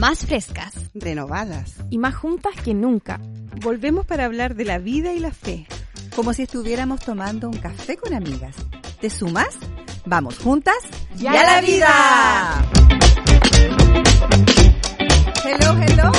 más frescas renovadas. y más juntas que nunca. Volvemos para hablar de la vida y la fe. como si estuviéramos tomando un café con amigas. ¿Te sumas? Vamos juntas ¡Y a la vida! Hello, hello.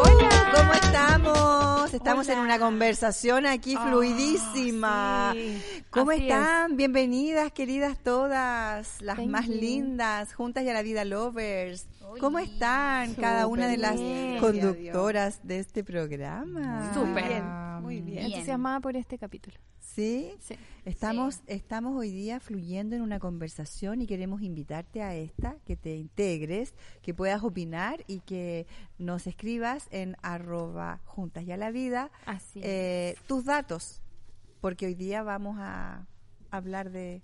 Hola. ¿Cómo estamos? Estamos en una conversación aquí fluidísima. Ah, sí. ¿Cómo Así están? Bienvenidas, queridas todas, las Thank más you. lindas, juntas y a la vida lovers. ¿Cómo están cada una de las bien. conductoras de este programa? Súper. Muy bien. Muy bien. Entusiasmada por este capítulo. ¿Sí? Sí. Estamos, estamos hoy día fluyendo en una conversación y queremos invitarte a esta, que te integres, que puedas opinar y que nos escribas en arroba juntas y a la vida Así eh, tus datos, porque hoy día vamos a hablar de,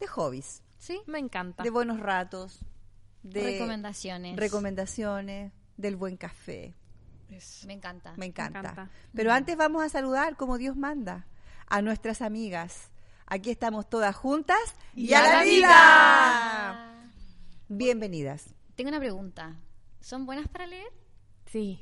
de hobbies, Sí, Me encanta. de buenos ratos, de recomendaciones. recomendaciones, del buen café. Me encanta. Me encanta. encanta. Pero antes vamos a saludar como Dios manda a nuestras amigas. Aquí estamos todas juntas y, a la vida. Bienvenidas. Tengo una pregunta. ¿Son buenas para leer? Sí.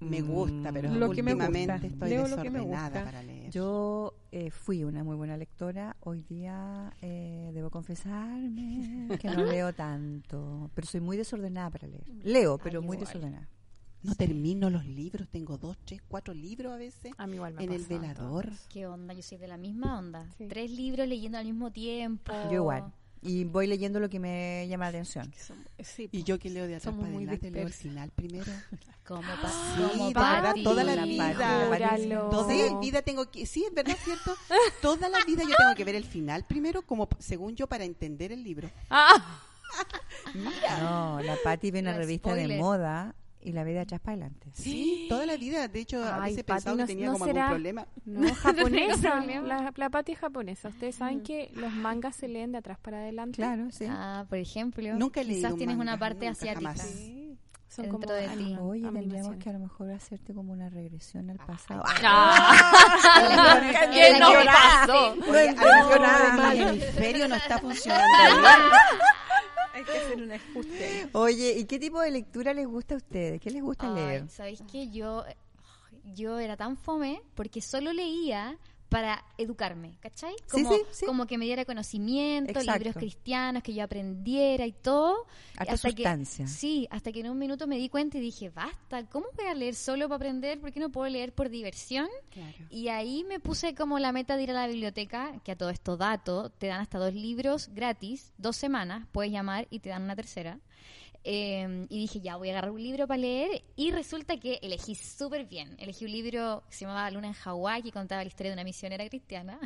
Me gusta, pero Mm, Lo que me gusta. últimamente estoy Leo lo que me desordenada gusta. para leer. Yo eh, fui una muy buena lectora. Hoy día eh, debo confesarme que no leo tanto, pero soy muy desordenada para leer. Leo, pero muy desordenada. no termino los libros, tengo dos, tres, cuatro libros a veces A mí igual me en el pasa, velador. ¿Qué onda? Yo soy de la misma onda. Sí. Tres libros leyendo al mismo tiempo. Yo igual. Y voy leyendo lo que me llama la atención. Que son- sí, Y yo que leo de atrás Somos para muy adelante, leo el dispersas. final primero. Como, pa- Sí, como de verdad, Patty. toda la la vida. Patty. Júralo. Toda la vida tengo que, sí, es verdad, cierto. Toda la vida yo tengo que ver el final primero, como p- según yo, para entender el libro. Ah, No, la Patti ve una No, revista de spoiler. moda y la ve de atrás para adelante. Sí, toda la vida. De hecho, a Ay, veces he Pati, pensado no- que tenía no como será- algún problema. no, japonesa. problema. la, la Pati es japonesa. Ustedes saben que los mangas se leen de atrás para adelante. Claro, sí. Ah, por ejemplo. Nunca he leído Quizás un tienes manga, una parte nunca, asiática. jamás. Son Dentro como ani- de ti. animaciones. Oye, tendríamos que a lo mejor hacerte como una regresión al pasado. Ah, ¿Qué la no que- pasó? No entendió nada. El hemisferio no está funcionando bien. Hay que hacer un ajuste ahí. Oye, ¿y qué tipo de lectura les gusta a ustedes? ¿Qué les gusta leer? Ay, ¿Sabéis que yo, yo era tan fome porque solo leía para educarme, ¿cachai? Sí, Como, sí, sí. como que me diera conocimiento, Exacto. libros cristianos, que yo aprendiera y todo. Harta que- sustancia. sí, hasta que en un minuto me di cuenta y dije, basta, ¿cómo voy a leer solo para aprender? ¿Por qué no puedo leer por diversión? Y ahí me puse como la meta de ir a la biblioteca, que a todo esto dato, te dan hasta dos libros gratis, dos semanas, puedes llamar y te dan una tercera. Eh, y dije, ya voy a agarrar un libro para leer. Y resulta que elegí súper bien. Elegí un libro que se llamaba Luna en Hawái, que contaba la historia de una misionera cristiana.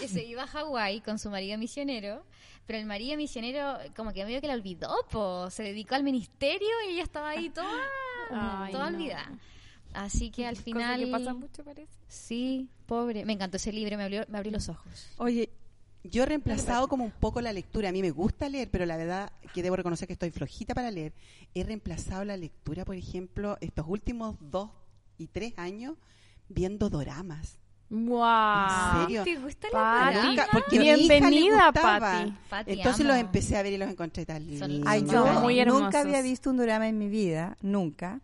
que se iba a Hawái con su marido misionero. Pero el marido misionero, como que medio que la olvidó, po. se dedicó al ministerio y ella estaba ahí toda, Ay, toda no. olvidada. Así que al final. Cosa que pasa mucho, parece. Sí, pobre. Me encantó ese libro, me abrió, me abrió los ojos. Oye, Yo he reemplazado como un poco la lectura. A mí me gusta leer, pero la verdad que debo reconocer que estoy flojita para leer. He reemplazado la lectura, por ejemplo, estos últimos dos y tres años viendo doramas. ¡Guau! ¿En serio? ¿Te gusta la Ah. Pati, palabra? Nunca- porque a mi hija le bienvenida, gustaban. Pati. Pati, Entonces amo. los empecé a ver y los encontré tan Son lindos. Ay, Son yo muy nunca hermosos. había visto un drama en mi vida, nunca.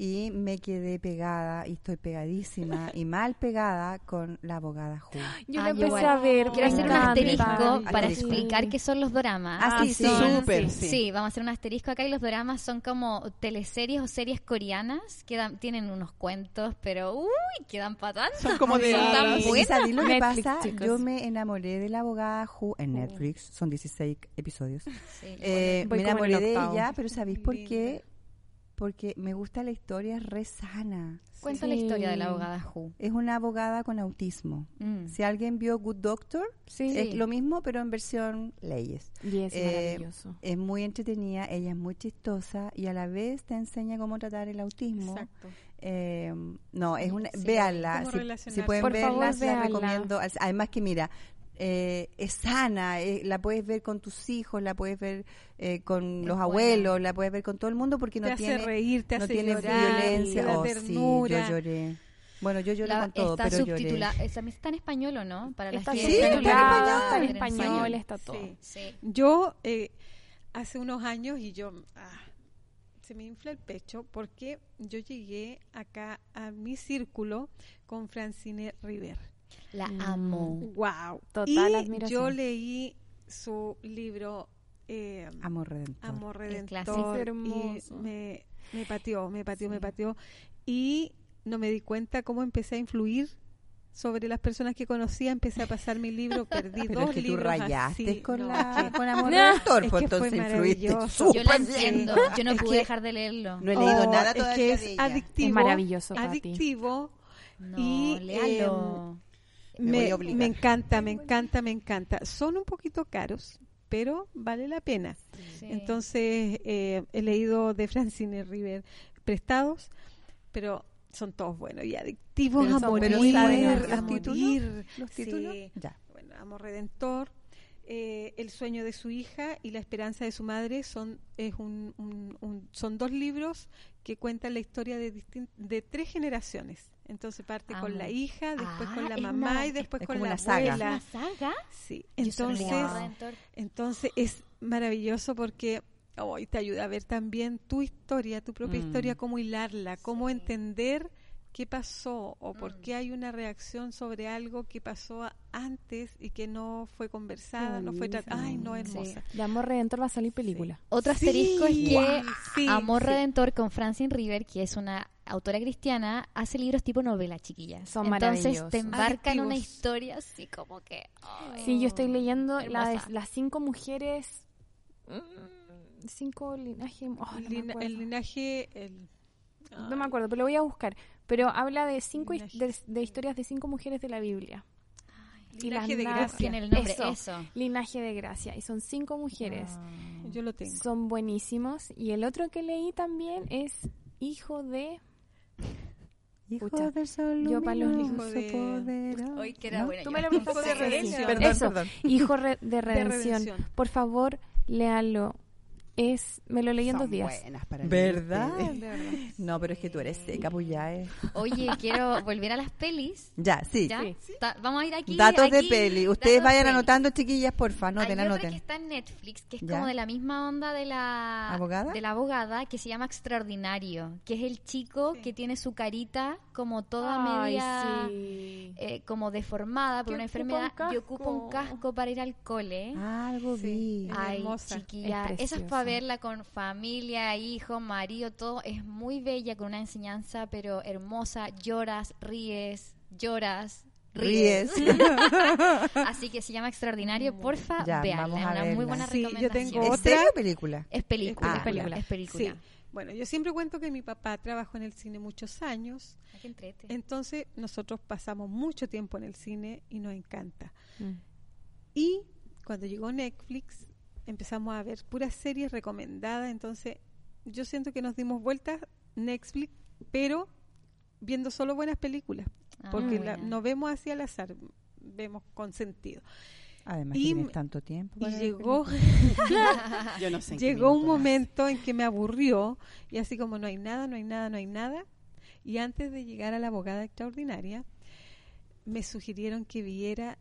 Y me quedé pegada, y estoy pegadísima, y mal pegada con la abogada Ju. Yo Ah, lo yo empecé igual. a ver. Quiero me hacer un encanta. asterisco para Asterisco. explicar qué son los doramas. Ah, sí, sí, sí. Súper, Sí. sí. vamos a hacer un asterisco acá y los dramas son como teleseries o series coreanas que dan- tienen unos cuentos, pero uy, quedan para tanto. Son como de... Son tan Sí. ¿Y buenos. sabes lo que Netflix, pasa? chicos. Oh. Yo me enamoré de la abogada Ju en Netflix, son 16 episodios. Sí, Eh, Voy me como en enamoré el de octavo. ella, pero ¿sabéis por qué? Porque me gusta la historia, es re sana. Cuenta la historia de la abogada Ju. Es una abogada con autismo. Mm. Si alguien vio Good Doctor, Sí. es lo mismo, pero en versión leyes. Y es Eh, maravilloso. Es muy entretenida, ella es muy chistosa y a la vez te enseña cómo tratar el autismo. exacto. Eh, no, es una. Sí, véanla. cómo Si, relacionarse. si pueden Por verla, favor, se la véanla. recomiendo. Al- Además, que mira, eh, es sana, eh, la puedes ver con tus hijos, la puedes ver eh, con Es los buena. abuelos, la puedes ver con todo el mundo porque te no hace tiene, reír, te no hace tiene llorar, violencia. te da Oh, sí, yo ternura. lloré. Bueno, yo lloré La- con todo, está pero lloré. subtitulada, eh, también está en español o no? Para las Está que- Sí, subtitulada, está en Sí, español, está todo. Sí. Sí. Yo, eh, hace unos años, y yo ah, se me infla el pecho porque yo llegué acá a mi círculo con Francine River. La amo. ¡Wow! Total y admiración. yo leí su libro eh, Amor redentor. Amor El Redentor clásico. y Hermoso. me, me pateó, me pateó, me pateó. Y no me di cuenta cómo empecé a influir sobre las personas que conocía. Empecé a pasar mi libro, perdí Pero dos es que tú libros rayaste así. con, No, es la, que- con Amor No, redentor, es pues que fue entonces influiste maravilloso. súper Yo la bien. entiendo. Yo no Uh, pues, eh, Es pude que- dejar de leerlo. No he leído Oh, nada es todavía que es de ella. adictivo. Es maravilloso, Pati. Adictivo. No, Y, léalo. Me Me, voy a obligar. me encanta, me encanta, me encanta. Son un poquito caros, pero vale la pena. Sí. Entonces, eh, he leído de Francine River prestados, pero son todos buenos y adictivos Pero a son morir, buenos, ¿sabes a los morir. títulos? ¿Los Sí. títulos? Ya. Bueno, Amor Redentor, eh, El sueño de su hija y La esperanza de su madre son, es un, un- un- son dos libros que cuentan la historia de, distin- de tres generaciones. Entonces parte Amo. con la hija, después Ah, con la es mamá una- y después es con como la una saga. abuela. ¿Es una saga? Sí, Yo solo leí entonces... Amor Redentor. Entonces es maravilloso porque hoy te ayuda a ver también tu historia, tu propia Mm. historia, cómo hilarla, cómo Sí. entender qué pasó o por Mm. qué hay una reacción sobre algo que pasó a- antes y que no fue conversada, no fue tratada. Ay, no, hermosa. De Amor Redentor va a salir película. Otro Sí, asterisco es que sí, Amor sí. Redentor con Francine River, que es una autora cristiana, hace libros tipo novela, chiquilla. Son Entonces maravillosos. te embarcan Adictivos. una historia así como que... ay. Sí, yo estoy leyendo la de- Hermosa. las cinco mujeres. mm, Cinco linajes. oh, no, Lina- me acuerdo. el linaje... el- No me acuerdo, pero lo voy a buscar. Pero habla de cinco his- Linaje. de, de historias de cinco mujeres de la Biblia. Ay, linaje de na- gracia. Tiene el nombre, Eso. eso. Linaje de gracia. Y son cinco mujeres. Ah, Yo lo tengo. Son buenísimos. Y el otro que leí también es Hijo de... Hijo Escucha, del sol yo pa' los luminoso, hijos de- poderoso. Hoy que era ¿No? buena. Tú yo. me lo Hijo prestaste. de redención. Perdón, Eso. perdón. Hijo re- de, redención. redención. Por favor, léalo. Es, me lo leí en Son dos días. buenas para mí, ¿Verdad? ustedes. No, pero es que tú eres seca, pues ya es. Oye, quiero volver a las pelis. Ya, sí. ¿ya? Sí. Ta- Vamos a ir aquí. Datos de aquí, peli. Ustedes datos vayan peli. anotando, chiquillas, porfa, anoten, Hay otra que anoten. está en Netflix, que es Ya. como de la misma onda de la ¿Abogada? de la abogada, que se llama Extraordinario, que es el chico que tiene su carita como toda Ay, media sí. eh, como deformada por Que una ocupa enfermedad un y ocupa un casco. casco para ir al cole. Algo Sí. vi. es Ay, hermosa. chiquilla, Es esa es preciosa. para verla con familia, hijo, marido, todo. Es muy bella, con una enseñanza, pero hermosa. Lloras, ríes, lloras, ríes. Ríes. Así que se llama Extraordinario, porfa, Ya, véanla, vamos a es una muy verla. buena Sí, yo tengo recomendación. otra. ¿Es serio o película? Es película, Es película. es película. Sí. Bueno, yo siempre cuento que mi papá trabajó en el cine muchos años Ay, qué entrete. Entonces nosotros pasamos mucho tiempo en el cine y nos encanta. Mm. Y cuando llegó Netflix empezamos a ver puras series recomendadas, entonces yo siento que nos dimos vueltas Netflix, pero viendo solo buenas películas, Ah, porque la- buena. no vemos así al azar, vemos con sentido. Además, Y- tienes tanto tiempo. Y para ver llegó, Yo no sé en qué llegó un minuto nací. momento en que me aburrió y así como no hay nada, no hay nada, no hay nada. Y antes de llegar a la abogada extraordinaria, me sugirieron que viera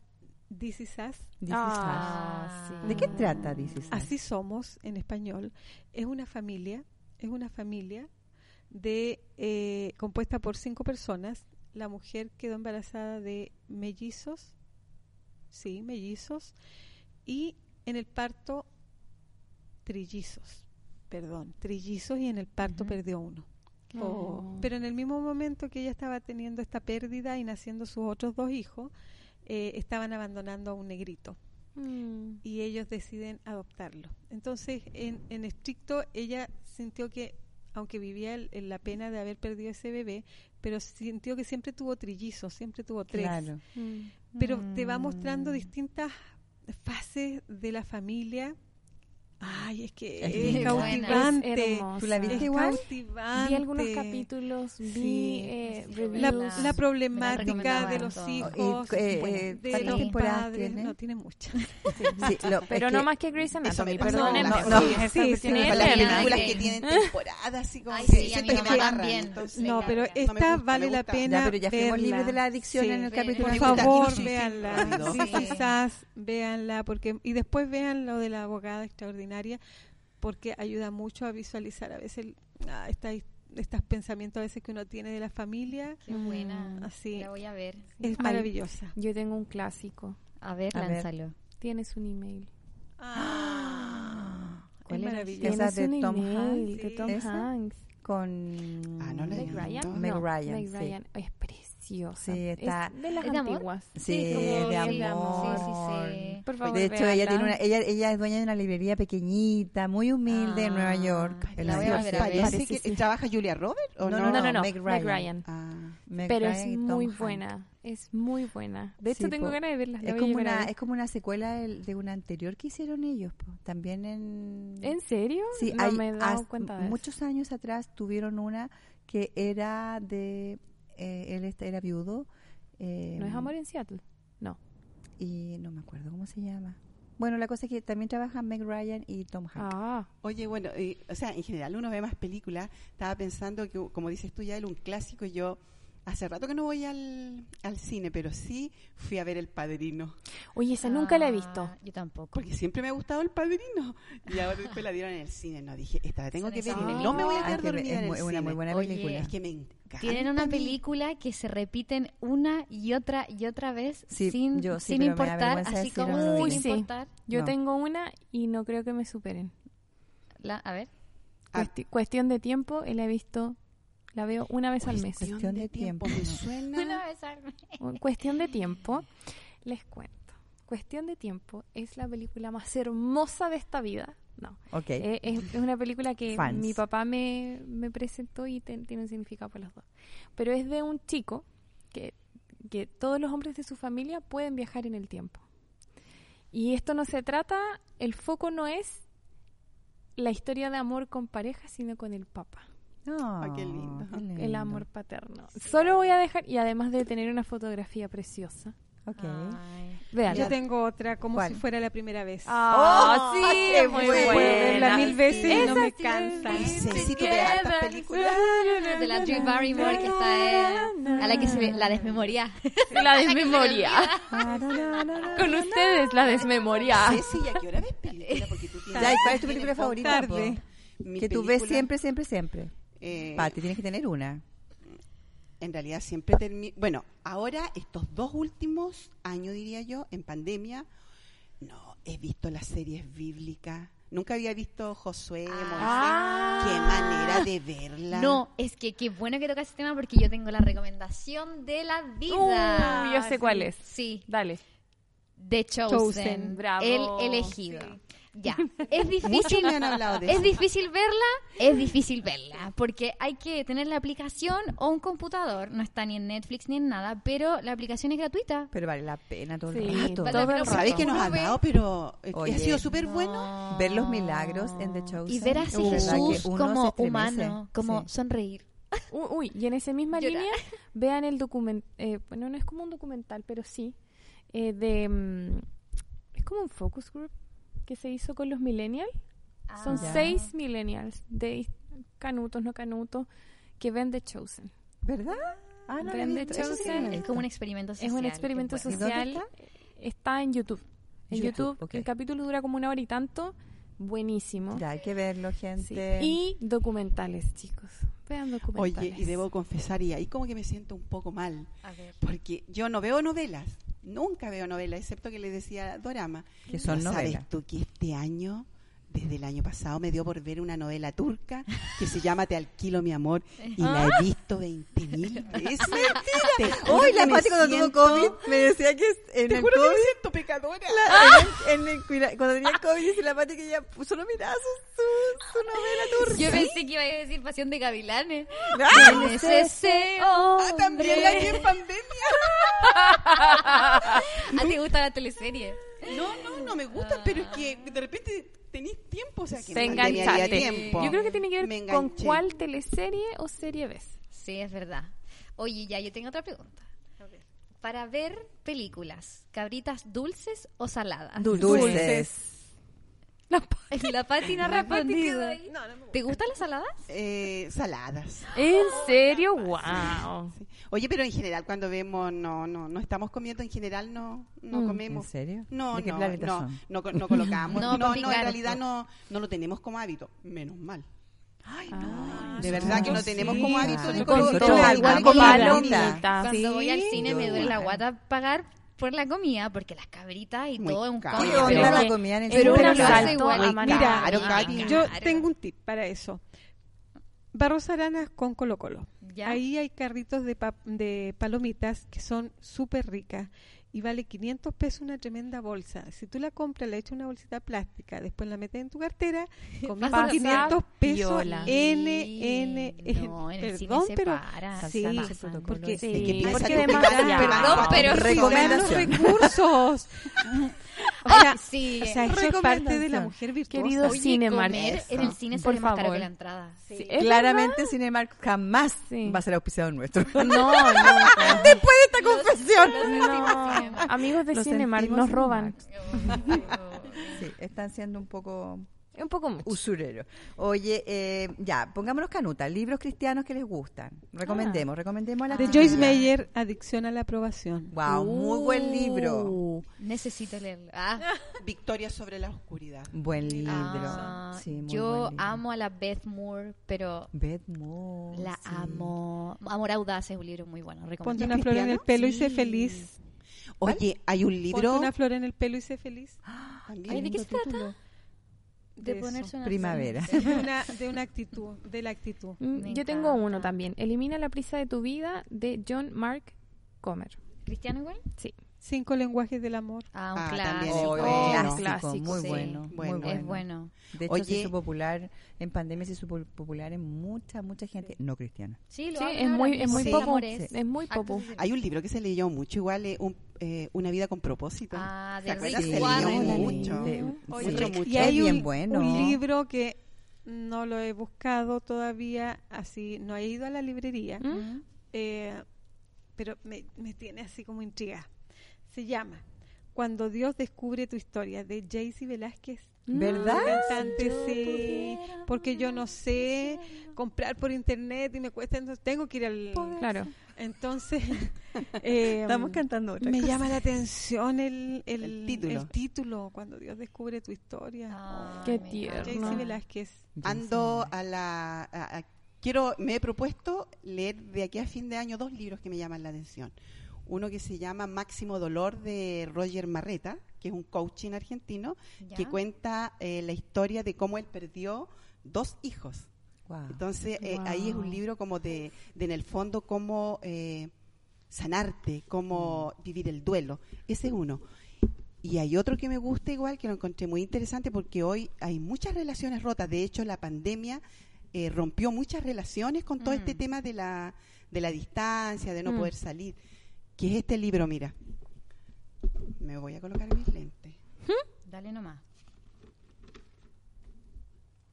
This Is Us, This Is Ah, Us. Us. sí. ¿De qué trata This Is Us? Así Somos en español. Es una familia, es una familia de eh, compuesta por cinco personas. La mujer quedó embarazada de mellizos, sí, mellizos, y en el parto trillizos, perdón, trillizos y en el parto Ujú. perdió uno. Oh. Pero en el mismo momento que ella estaba teniendo esta pérdida y naciendo sus otros dos hijos, eh, estaban abandonando a un negrito Mm. y ellos deciden adoptarlo. Entonces, en, en estricto, ella sintió que, aunque vivía el- el- la pena de haber perdido ese bebé, pero sintió que siempre tuvo trillizos, siempre tuvo tres. Claro. Mm. Pero te va mostrando Mm. distintas fases de la familia. Ay, es que Es es, linda. cautivante. Es hermosa. ¿Tú la viste es igual? cautivante. Vi algunos capítulos, vi Sí. eh, Sí, reviews. La, Buena. la problemática Buena de los recomendación. hijos, Y, eh, eh, de ¿cuántas los temporadas padres, tiene? no tiene muchas. Sí, lo- pero es no que- más que Grey's Anatomy, me pasó. perdónenme. No, no. sí, esa Sí, sí, tiene Para es las eterna. películas Sí. que tienen temporadas así como Ay, que sí, a siento mi que me mamá agarran. también. entonces- No, pero larga. esta No me gusta, me vale la gusta. pena. Ya, pero ya fuimos libres de la adicción Sí. en el Sí. capítulo Por Me anterior. favor, Sí, sí, sí, véanla. rápido. Sí, quizás véanla porque y después vean lo de la abogada extraordinaria porque ayuda mucho a visualizar a veces ah, esta- estos pensamientos a veces que uno tiene de la familia. Qué buena. Mm, así. La voy a ver. Es Ay. maravillosa. Yo tengo un clásico. A ver, A ver. lánzalo. Tienes un email. ¿Cuál Ah, es era? maravillosa. Esa Tienes de un Tom email Hanks. de Sí. Tom ¿Esa? Hanks. Con. Ah, no la he Meg Ryan. Meg No, Ryan, Meg sí. Ryan. Es preciosa. Sí, está- Es de las ¿Es de amor? antiguas. Sí, como de el amor. Sí, sí, sí. Por favor, de hecho, ella, véanla. tiene una, ella, ella es dueña de una librería pequeñita, muy humilde en Nueva Ah, York. la en voy a ciudad. volver a ver. Parece Sí, que sí. trabaja Julia Roberts o no. No, No, no, no. Meg Meg Ryan. Ryan. Ah, Meg Pero Ryan es y Tom muy Hanks. buena. Es muy buena. De Sí, hecho, tengo po. ganas de verla. la Es voy a como, llegar a una, ver. es como una secuela del- de una anterior que hicieron ellos, po. también en... ¿En serio? Sí, no hay- me he dado has- cuenta de eso. Muchos años atrás tuvieron una que era de... eh, él esta- era viudo. eh, ¿No es Amor en Seattle? Y no me acuerdo cómo se llama. Bueno, la cosa es que también trabajan Meg Ryan y Tom Hanks. Ah, Oye, bueno, y, o sea, en general uno ve más películas. Estaba pensando que, como dices tú, ya era un clásico. Yo hace rato que no voy al, al cine, pero sí fui a ver El Padrino. oye, esa nunca la he Ah, visto. Yo tampoco. Porque siempre me ha gustado El Padrino. Y ahora después la dieron en el cine. No, dije, esta la tengo Son que ver. esas y me- películas. No me voy a Hay quedar que ver, dormida en Ah, es, el mu- es una cine. muy buena Oye, película. Es que me encanta. Tienen una a mí. película que se repiten una y otra y otra vez Sí, sin, yo sí, sin pero me da importar, vergüenza así decirlo, como no lo sin vi. Sí. importar. Yo No. tengo una y no creo que me superen. La- a ver, Ah. Cuesti- cuestión de tiempo, eh, la he visto, la veo una vez al mes. Cuestión de tiempo, Me no. suena. una vez al mes. Un- Cuestión de tiempo, les cuento. Cuestión de tiempo es la película más hermosa de esta vida. No, Ok. Eh, es, es una película que Fans. mi papá me, me presentó y ten- tiene un significado para los dos. Pero es de un chico que, que todos los hombres de su familia pueden viajar en el tiempo. Y esto no se trata, el foco no es la historia de amor con pareja, sino con el papá, Ah, qué lindo. qué el lindo. amor paterno. Solo voy a dejar, y además de tener una fotografía preciosa, Ok. Ay. Yo véanla. tengo otra, como ¿Cuál? si fuera la primera vez. Ah, sí, qué muy buena. buena. Puedo verla mil veces y no Esa me sí la vi. cansa. Necesito ver hartas películas. De la Drew Barrymore que está en- a la que se le- la desmemoria. La desmemoria. Ah, na, na, na, na. Con ustedes, la desmemoria. Ceci, ¿y a qué hora ves película? Porque tú tienes- Ya, ¿y cuál es tu tienes película poco favorita, tiempo. po? Mi que tú ves película, siempre, siempre, siempre. eh, Pati, tienes que tener una. En realidad siempre termino. Bueno, ahora estos dos últimos años, diría yo, en pandemia, no he visto las series bíblicas. Nunca había visto Josué, Ah. Moisés. Qué manera de verla. No, es que qué bueno que toca ese tema porque yo tengo la recomendación de la vida. Uh, yo sé cuál es. Sí, Dale. The Chosen, Chosen, bravo. el elegido. Ya, es Muchos difícil, me han hablado de es eso. difícil verla, es difícil verla, porque hay que tener la aplicación o un computador, no está ni en Netflix ni en nada, pero la aplicación es gratuita. Pero vale la pena todo Sí, el rato. vale la pena porque Sabéis que nos uno ha ve- dado, pero eh, Oye, ha sido súper bueno. No. Ver los milagros en The Chosen. y ver a es verdad que Jesús uno se como estremece. humano, como Sí. sonreír. U- Uy, y en esa misma Llorar. línea, vean el documental. bueno, no es como un documental, pero sí. eh, de. mm, es como un focus group que se hizo con los millennials. Ah, Son Ya. seis millennials, de his- canutos, no canutos, que ven The Chosen. ¿Verdad? Ah, no, la he Ven The visto. Eso sí no Chosen, la he Es visto. como un experimento social. es un experimento qué bueno. social. ¿Y dónde Está en YouTube. En YouTube, YouTube, ok. el capítulo dura como una hora y tanto. Buenísimo. Ya, hay que verlo, Sí. gente. Y documentales, chicos. Vean documentales. Oye, y debo confesar, y ahí como que me siento un poco mal. A ver. Porque yo no veo novelas, nunca veo novelas, excepto que les decía Dorama. Que son Pero novelas. ¿Sabes tú que este año, desde el año pasado, me dio por ver una novela turca que se llama Te alquilo mi amor y la he visto 20.000 veces. Te juro Uy, la que me Pati cuando tuvo siento- COVID me decía que en Te el juro que me COVID siento pecadora. la- en el- en el- cuida- cuando tenía el COVID dice la Pati que ella solo miraba su, su- su novela turca. Yo pensé que iba a decir pasión de gavilanes. Ah, ¿Quién es ustedes- ese Ah, también la vi en pandemia. ¿A ti Ah, te gusta la teleserie? No, no, no me gusta, pero es que de repente tenés tiempo, o sea, que Te en pandemia había enganchaste. tiempo. Yo creo que tiene que Me ver con enganché. cuál teleserie o serie ves. Sí, es verdad. Oye, ya, yo tengo otra pregunta. Para ver películas, ¿cabritas dulces o saladas? Dulces. Dulces. La pa- La Pati no ha respondido. ¿eh? No, no me gusta. ¿Te gustan las saladas? Eh, saladas. ¿En serio? ¡Wow! Sí. Oye, pero en general cuando vemos, no, no, no estamos comiendo, en general no, no Mm. ¿En comemos. serio? No, ¿De qué no, planeta no, son? no, co- no colocamos, No, no, no, papi, en claro. realidad no, no lo tenemos como hábito, menos mal. Ah, De verdad que no sí. tenemos como hábito de Con colo- todo, de igual colocar con la palomita. comida. Ah, Cuando voy al ¿sí? cine me Yo duele la igual. guata pagar por la comida, porque las cabritas y Muy todo es un caro. costo. Oye, Oye, pero- onda la comida en el pero centro uno de lo la- hace igual. Muy Mira, caro, mira, Katy. mira. Yo Claro. tengo un tip para eso. Barros Aranas con Colo Colo. Ya. Ahí hay carritos de, pa- de palomitas que son súper ricas y vale 500 pesos una tremenda bolsa. Si tú la compras, la echas en una bolsita plástica, después la metes en tu cartera, con Pasa por 500 pesos piola. N, N, No, en el cine perdón, se pero para, sí, se pasan. porque Sí, sí, que piensa porque que además- te pasan, perdón, pasan. pero pero si Recomendación. tenemos recursos. o Ay, sea, Ah, sí. o sea, eso es parte de la mujer virtuosa. Querido Oye, Cinemark. comer en el cine Por sale más caro favor. que la entrada. Sí, es Claramente Cinemark jamás Sí. va a ser auspiciado nuestro. verdad. No, nunca. Después de esta confesión. No. Amigos de Lo Cinemark sentimos, nos roban. Sí, están siendo un poco Es Un poco mucho. usureros. Oye, eh, ya, pongámonos canuta. Libros cristianos que les gustan. Ah. Recomendemos, recomendemos a la De gente. Joyce Meyer, Adicción a la Aprobación. Wow, muy buen libro. Uh, Necesito leerlo. Ah. Victoria sobre la oscuridad. Buen libro. Ah, sí, muy yo buen libro. amo a la Beth Moore, pero Beth Moore, la sí. amo. Amor Audaz es un libro muy bueno, Ponte recomiendo. una flor en el pelo y sé Sí. feliz. Oye, hay un Ponte libro. una flor en el pelo y sé feliz. Ay, ¿De qué se trata? De De eso. ponerse una Primavera. De una, de una actitud, de la actitud. mm, Me Yo tengo uno encanta. también. Elimina la prisa de tu vida de John Mark Comer. ¿Cristiano igual? Sí. Cinco lenguajes del amor. Ah, un Ah, también clásico. Oh, es un bueno. clásico, Clásico, muy sí. bueno, Bueno. muy bueno. Es bueno. De hecho, Oye. se hizo popular, en pandemia se hizo pop- popular en mucha, mucha gente no cristiana. Sí, Sí, lo hablan es ahora muy, mismo, es muy sí. popu. Amores. Es muy Actos popu. de servicio. Hay un libro que se leyó mucho, igual, eh, un- eh, Una vida con propósito. Ah, ¿Se de acuerdan? Rick Se leyó Warren. mucho. de- Oye, mucho, y mucho. Y hay Es bien un, bueno. un libro que no lo he buscado todavía, así no he ido a la librería, ¿Mm? eh, pero me, me tiene así como intrigada. Se llama Cuando Dios descubre tu historia, de Jaycee Velázquez. ¿Verdad? cantante, sí, porque yo no sé comprar por internet y me cuesta, entonces tengo que ir al... Claro. Entonces, eh, cantando me llama la atención el, el, El título. el título, cuando Dios descubre tu historia. Ah, Qué me tierno. encanta. Jaycee No. Velázquez. Ando a la... a- a- quiero, me he propuesto leer de aquí a fin de año dos libros que me llaman la atención. Uno que se llama Máximo Dolor de Roger Marreta, que es un coaching argentino, que Ya. cuenta eh, la historia de cómo él perdió dos hijos. Entonces eh, ahí es un Wow. libro como de, de en el fondo cómo eh, sanarte, cómo vivir el duelo. Ese es uno. Y hay otro que me gusta igual, que lo encontré muy interesante porque hoy hay muchas relaciones rotas. De hecho, la pandemia eh, rompió muchas relaciones con todo Mm. este tema de la, de la distancia, de no Mm. poder salir. Que es este libro, mira. Me voy a colocar mis lentes. Dale nomás.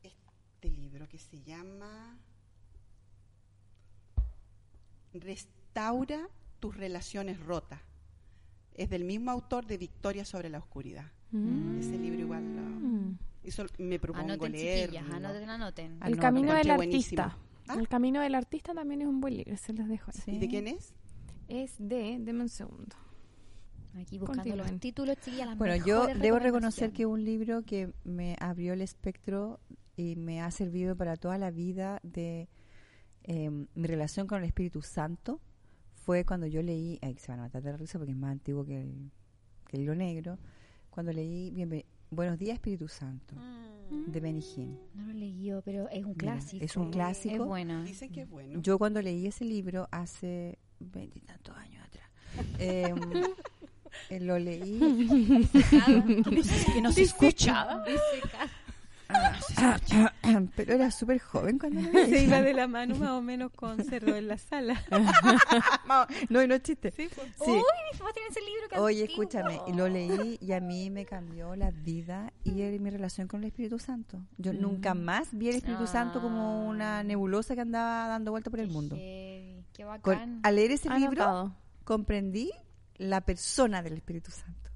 este libro que se llama Restaura tus relaciones rotas. Es del mismo autor de Victoria sobre la oscuridad. Mm. Ese libro igual lo- eso me propongo Anoten, leer. chiquillas, anoten, anoten. Ah, El no, camino lo del encontré buenísimo. artista. Ah. El camino del artista también es un buen libro, se los dejo. ahí. ¿Y de quién es? Es de, deme un segundo. Aquí buscando Continúen. los títulos, chiquillas, las Bueno, yo mejores debo reconocer recomendaciones. que un libro que me abrió el espectro y me ha servido para toda la vida de eh, mi relación con el Espíritu Santo fue cuando yo leí, ay, se van a matar de la risa porque es más antiguo que el, que el hilo negro, cuando leí Bienve- Buenos días Espíritu Santo Mm. de Benigín. No lo he leído, pero es un Mira, clásico. es un clásico. Es bueno. Dicen que es bueno. Yo cuando leí ese libro hace veintitantos años atrás, em, eh, lo leí que no se escucha. pero era súper joven cuando lo leí. Se iba de la mano más o menos con cerdo en la sala. No, y no es chiste. Sí. Uy, va a tener ese libro que Oye, antiguo. escúchame, lo leí y a mí me cambió la vida y el- mi relación con el Espíritu Santo. Yo Mm. nunca más vi el Espíritu Santo como Ah. una nebulosa que andaba dando vuelta por el mundo. Qué, qué Con- bacán. al leer ese ¿Este libro Anotado. Mm. comprendí la persona del Espíritu Santo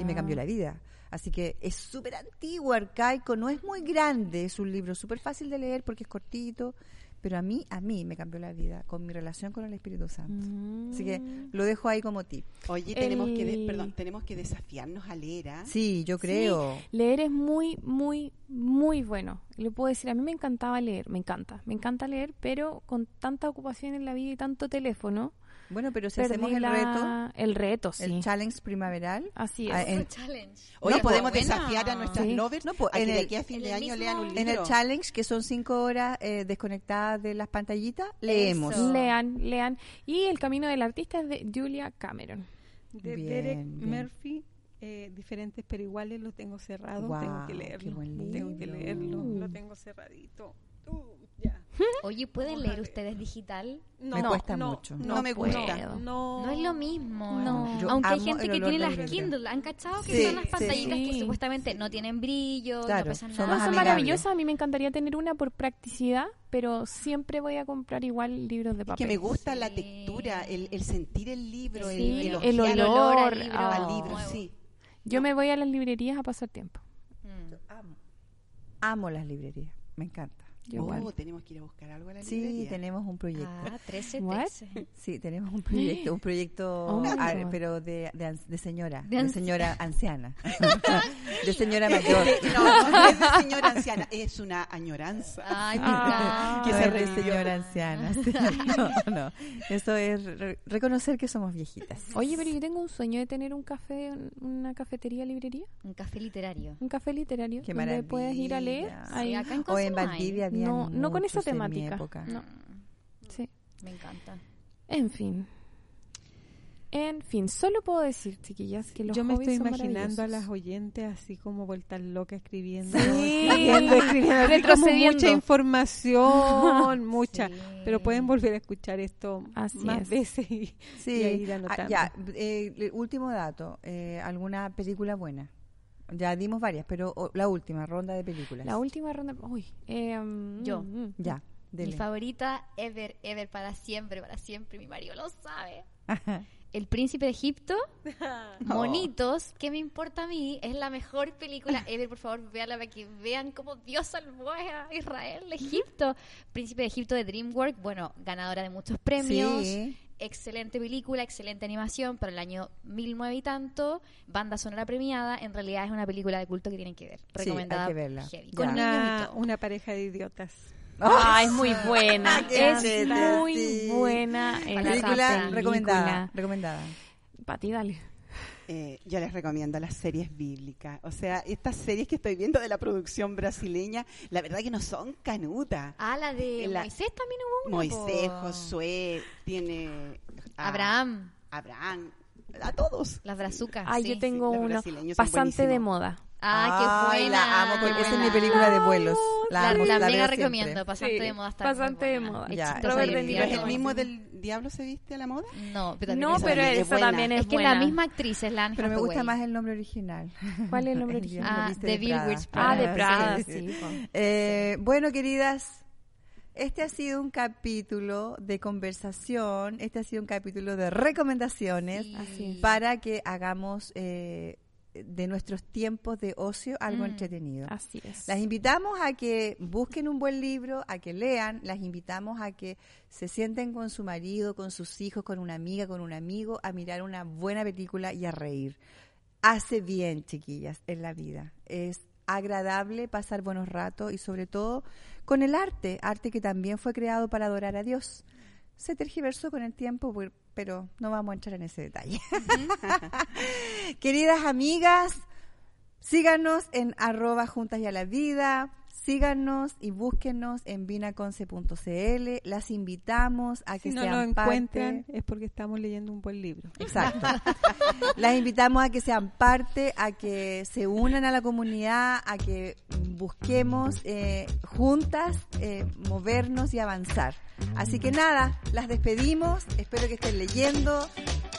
y me cambió la vida. Así que es súper antiguo, arcaico, no es muy grande, es un libro súper fácil de leer porque es cortito, pero a mí, a mí me cambió la vida con mi relación con el Espíritu Santo. Así que Mm. lo dejo ahí como tip. Oye, tenemos que, de- El- perdón, tenemos que desafiarnos a leer, ¿ah? Sí, yo creo. Leer es muy, muy, muy bueno. Le puedo decir, a mí me encantaba leer, me encanta, me encanta leer, pero con tanta ocupación en la vida y tanto teléfono, Bueno, pero si perdí hacemos el la- el reto, reto, sí. el challenge primaveral, Así es. Ah, en- Un challenge. Oye, No, pues, podemos buena. desafiar a nuestras Sí. lovers No, pues, a que en de el- aquí a fin en de el año mismo- lean un libro. en el challenge, que son cinco horas eh, desconectadas de las pantallitas, leemos. Eso. Lean, lean. Y El Camino del Artista es de Julia Cameron. De Bien, Derek bien. Murphy, eh, diferentes pero iguales, lo tengo cerrado, Guau, tengo qué que leerlo. buen Tengo que libro. leerlo, lo tengo cerradito. Uh, ya. Oye, ¿pueden Vamos a leer ver. ustedes digital? No, Me cuesta mucho. No me gusta. puedo. No, No es lo mismo. No. Yo Aunque hay amo gente el que olor tiene del las libro. Kindle. ¿Han cachado que Sí, son las sí, pantallitas sí. que supuestamente no tienen brillo, Claro, no pesan son nada? No, Ah, más Mm. son amigable. maravillosas. A mí me encantaría tener una por practicidad, pero siempre voy a comprar igual libros de Es que papel. me gusta la Sí. textura, el, el sentir el libro, el- Sí, el, el ojear olor. al libro, ah. al libro, nuevo. sí. Yo me voy a las librerías a pasar tiempo. Mm. Amo. Amo las librerías, me encanta. Yo Oh, igual. tenemos que ir a buscar algo a la Sí, librería. tenemos un proyecto. Ah, 13, What? 13. Sí, tenemos un proyecto, un proyecto, Oh my ah, God. pero de, de, an- de señora, De de, anci- señora anciana, de señora mayor. Eh, No, no es de señora anciana, es una añoranza. Ay, me Ah. que Que encanta. se ser de señora anciana. sí. No, no. Eso es re- reconocer que somos viejitas. Oye, pero yo tengo un sueño de tener un café, un- una cafetería, librería, Un café literario. un café literario Qué donde puedas ir a leer. maravilla. Ahí. Sí, acá O en en Conce no hay. Valdivia había No, no con esa muchos en mi temática. época. No, Mm. sí. Me encanta. En fin. En fin, solo puedo decir, chiquillas, que los Yo me hobbies estoy son imaginando a las maravillosos. oyentes así como vueltas locas escribiendo. Sí. escribiendo, escribiendo, así como Retrocediendo. mucha información, mucha. Sí. Pero pueden volver a escuchar esto Así más es. veces y, Sí, y a ir ah, anotando. ya, eh, le- último dato, eh, alguna película buena. Ya dimos varias, pero o, la última ronda de películas. La última ronda. Uy. eh, mm, Yo. mm. ya, Mi dele. favorita, ever, ever, para siempre, para siempre. Mi marido lo sabe. El Príncipe de Egipto, Monitos, ¿qué me importa a mí? Es la mejor película ever, por favor, véanla para que vean cómo Dios salvó a Israel de Egipto. Príncipe de Egipto de DreamWorks, bueno, ganadora de muchos premios. Sí. Excelente película, excelente animación para el año 1900 y tanto, banda sonora premiada. En realidad es una película de culto que tienen que ver. hay Recomendada. que verla. heavy, Ya. con niños y Una, todo. una pareja de idiotas. Ah, es muy buena. Qué es cheta, muy sí. buena. la Esa película película. recomendada, recomendada. Pati, dale. Eh, yo les recomiendo las series bíblicas. O sea, estas series que estoy viendo de la producción brasileña, la verdad que no son canutas. Ah, la de La- Moisés también hubo una. Moisés, po. Josué, tiene... Ah. a- Abraham, Abraham, a todos. las brazucas. Ah, sí. yo tengo los una brasileños son pasante de buenísimos. moda. Ah, qué Ay, buena. La amo, qué con- esa es mi buena. película de vuelos. La, La, amo, la la veo mega siempre. recomiendo, pasante Sí, de moda está muy Pasante de buena. moda. Es Ya, chistosa Robert y De ¿No divertida. es el Niro. mismo del Diablo se viste a la moda? No, pero también No, es pero buena. es esa buena. también es, es, que buena. la misma actriz es la Anne Pero me gusta Hathaway. más el nombre original. ¿Cuál es el nombre original? guion Ah, dice de Bill Prada. Witch Ah, de Ah, Prada, sí. sí. po. Eh, bueno, queridas, este ha sido un capítulo de conversación, este ha sido un capítulo de recomendaciones Sí. Así es. para que hagamos eh, de nuestros tiempos de ocio algo Mm. entretenido. Así es. Las invitamos a que busquen un buen libro, a que lean, las invitamos a que se sienten con su marido, con sus hijos, con una amiga, con un amigo, a mirar una buena película y a reír. Hace bien, chiquillas, en la vida. Es agradable pasar buenos ratos y sobre todo con el arte, arte que también fue creado para adorar a Dios. Se tergiversó con el tiempo, pu- pero no vamos a entrar en ese detalle. Queridas amigas, Síganos en arroba juntas y a la vida. Síganos y búsquenos en vinaconce.cl. Las invitamos a que Si no sean lo parte- encuentran es porque estamos leyendo un buen libro. Exacto. Las invitamos a que sean parte, a que se unan a la comunidad, a que busquemos eh, juntas eh, movernos y avanzar. Así que nada, las despedimos. Espero que estén leyendo.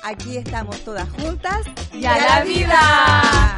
Aquí estamos todas juntas. ¡Y a la vida!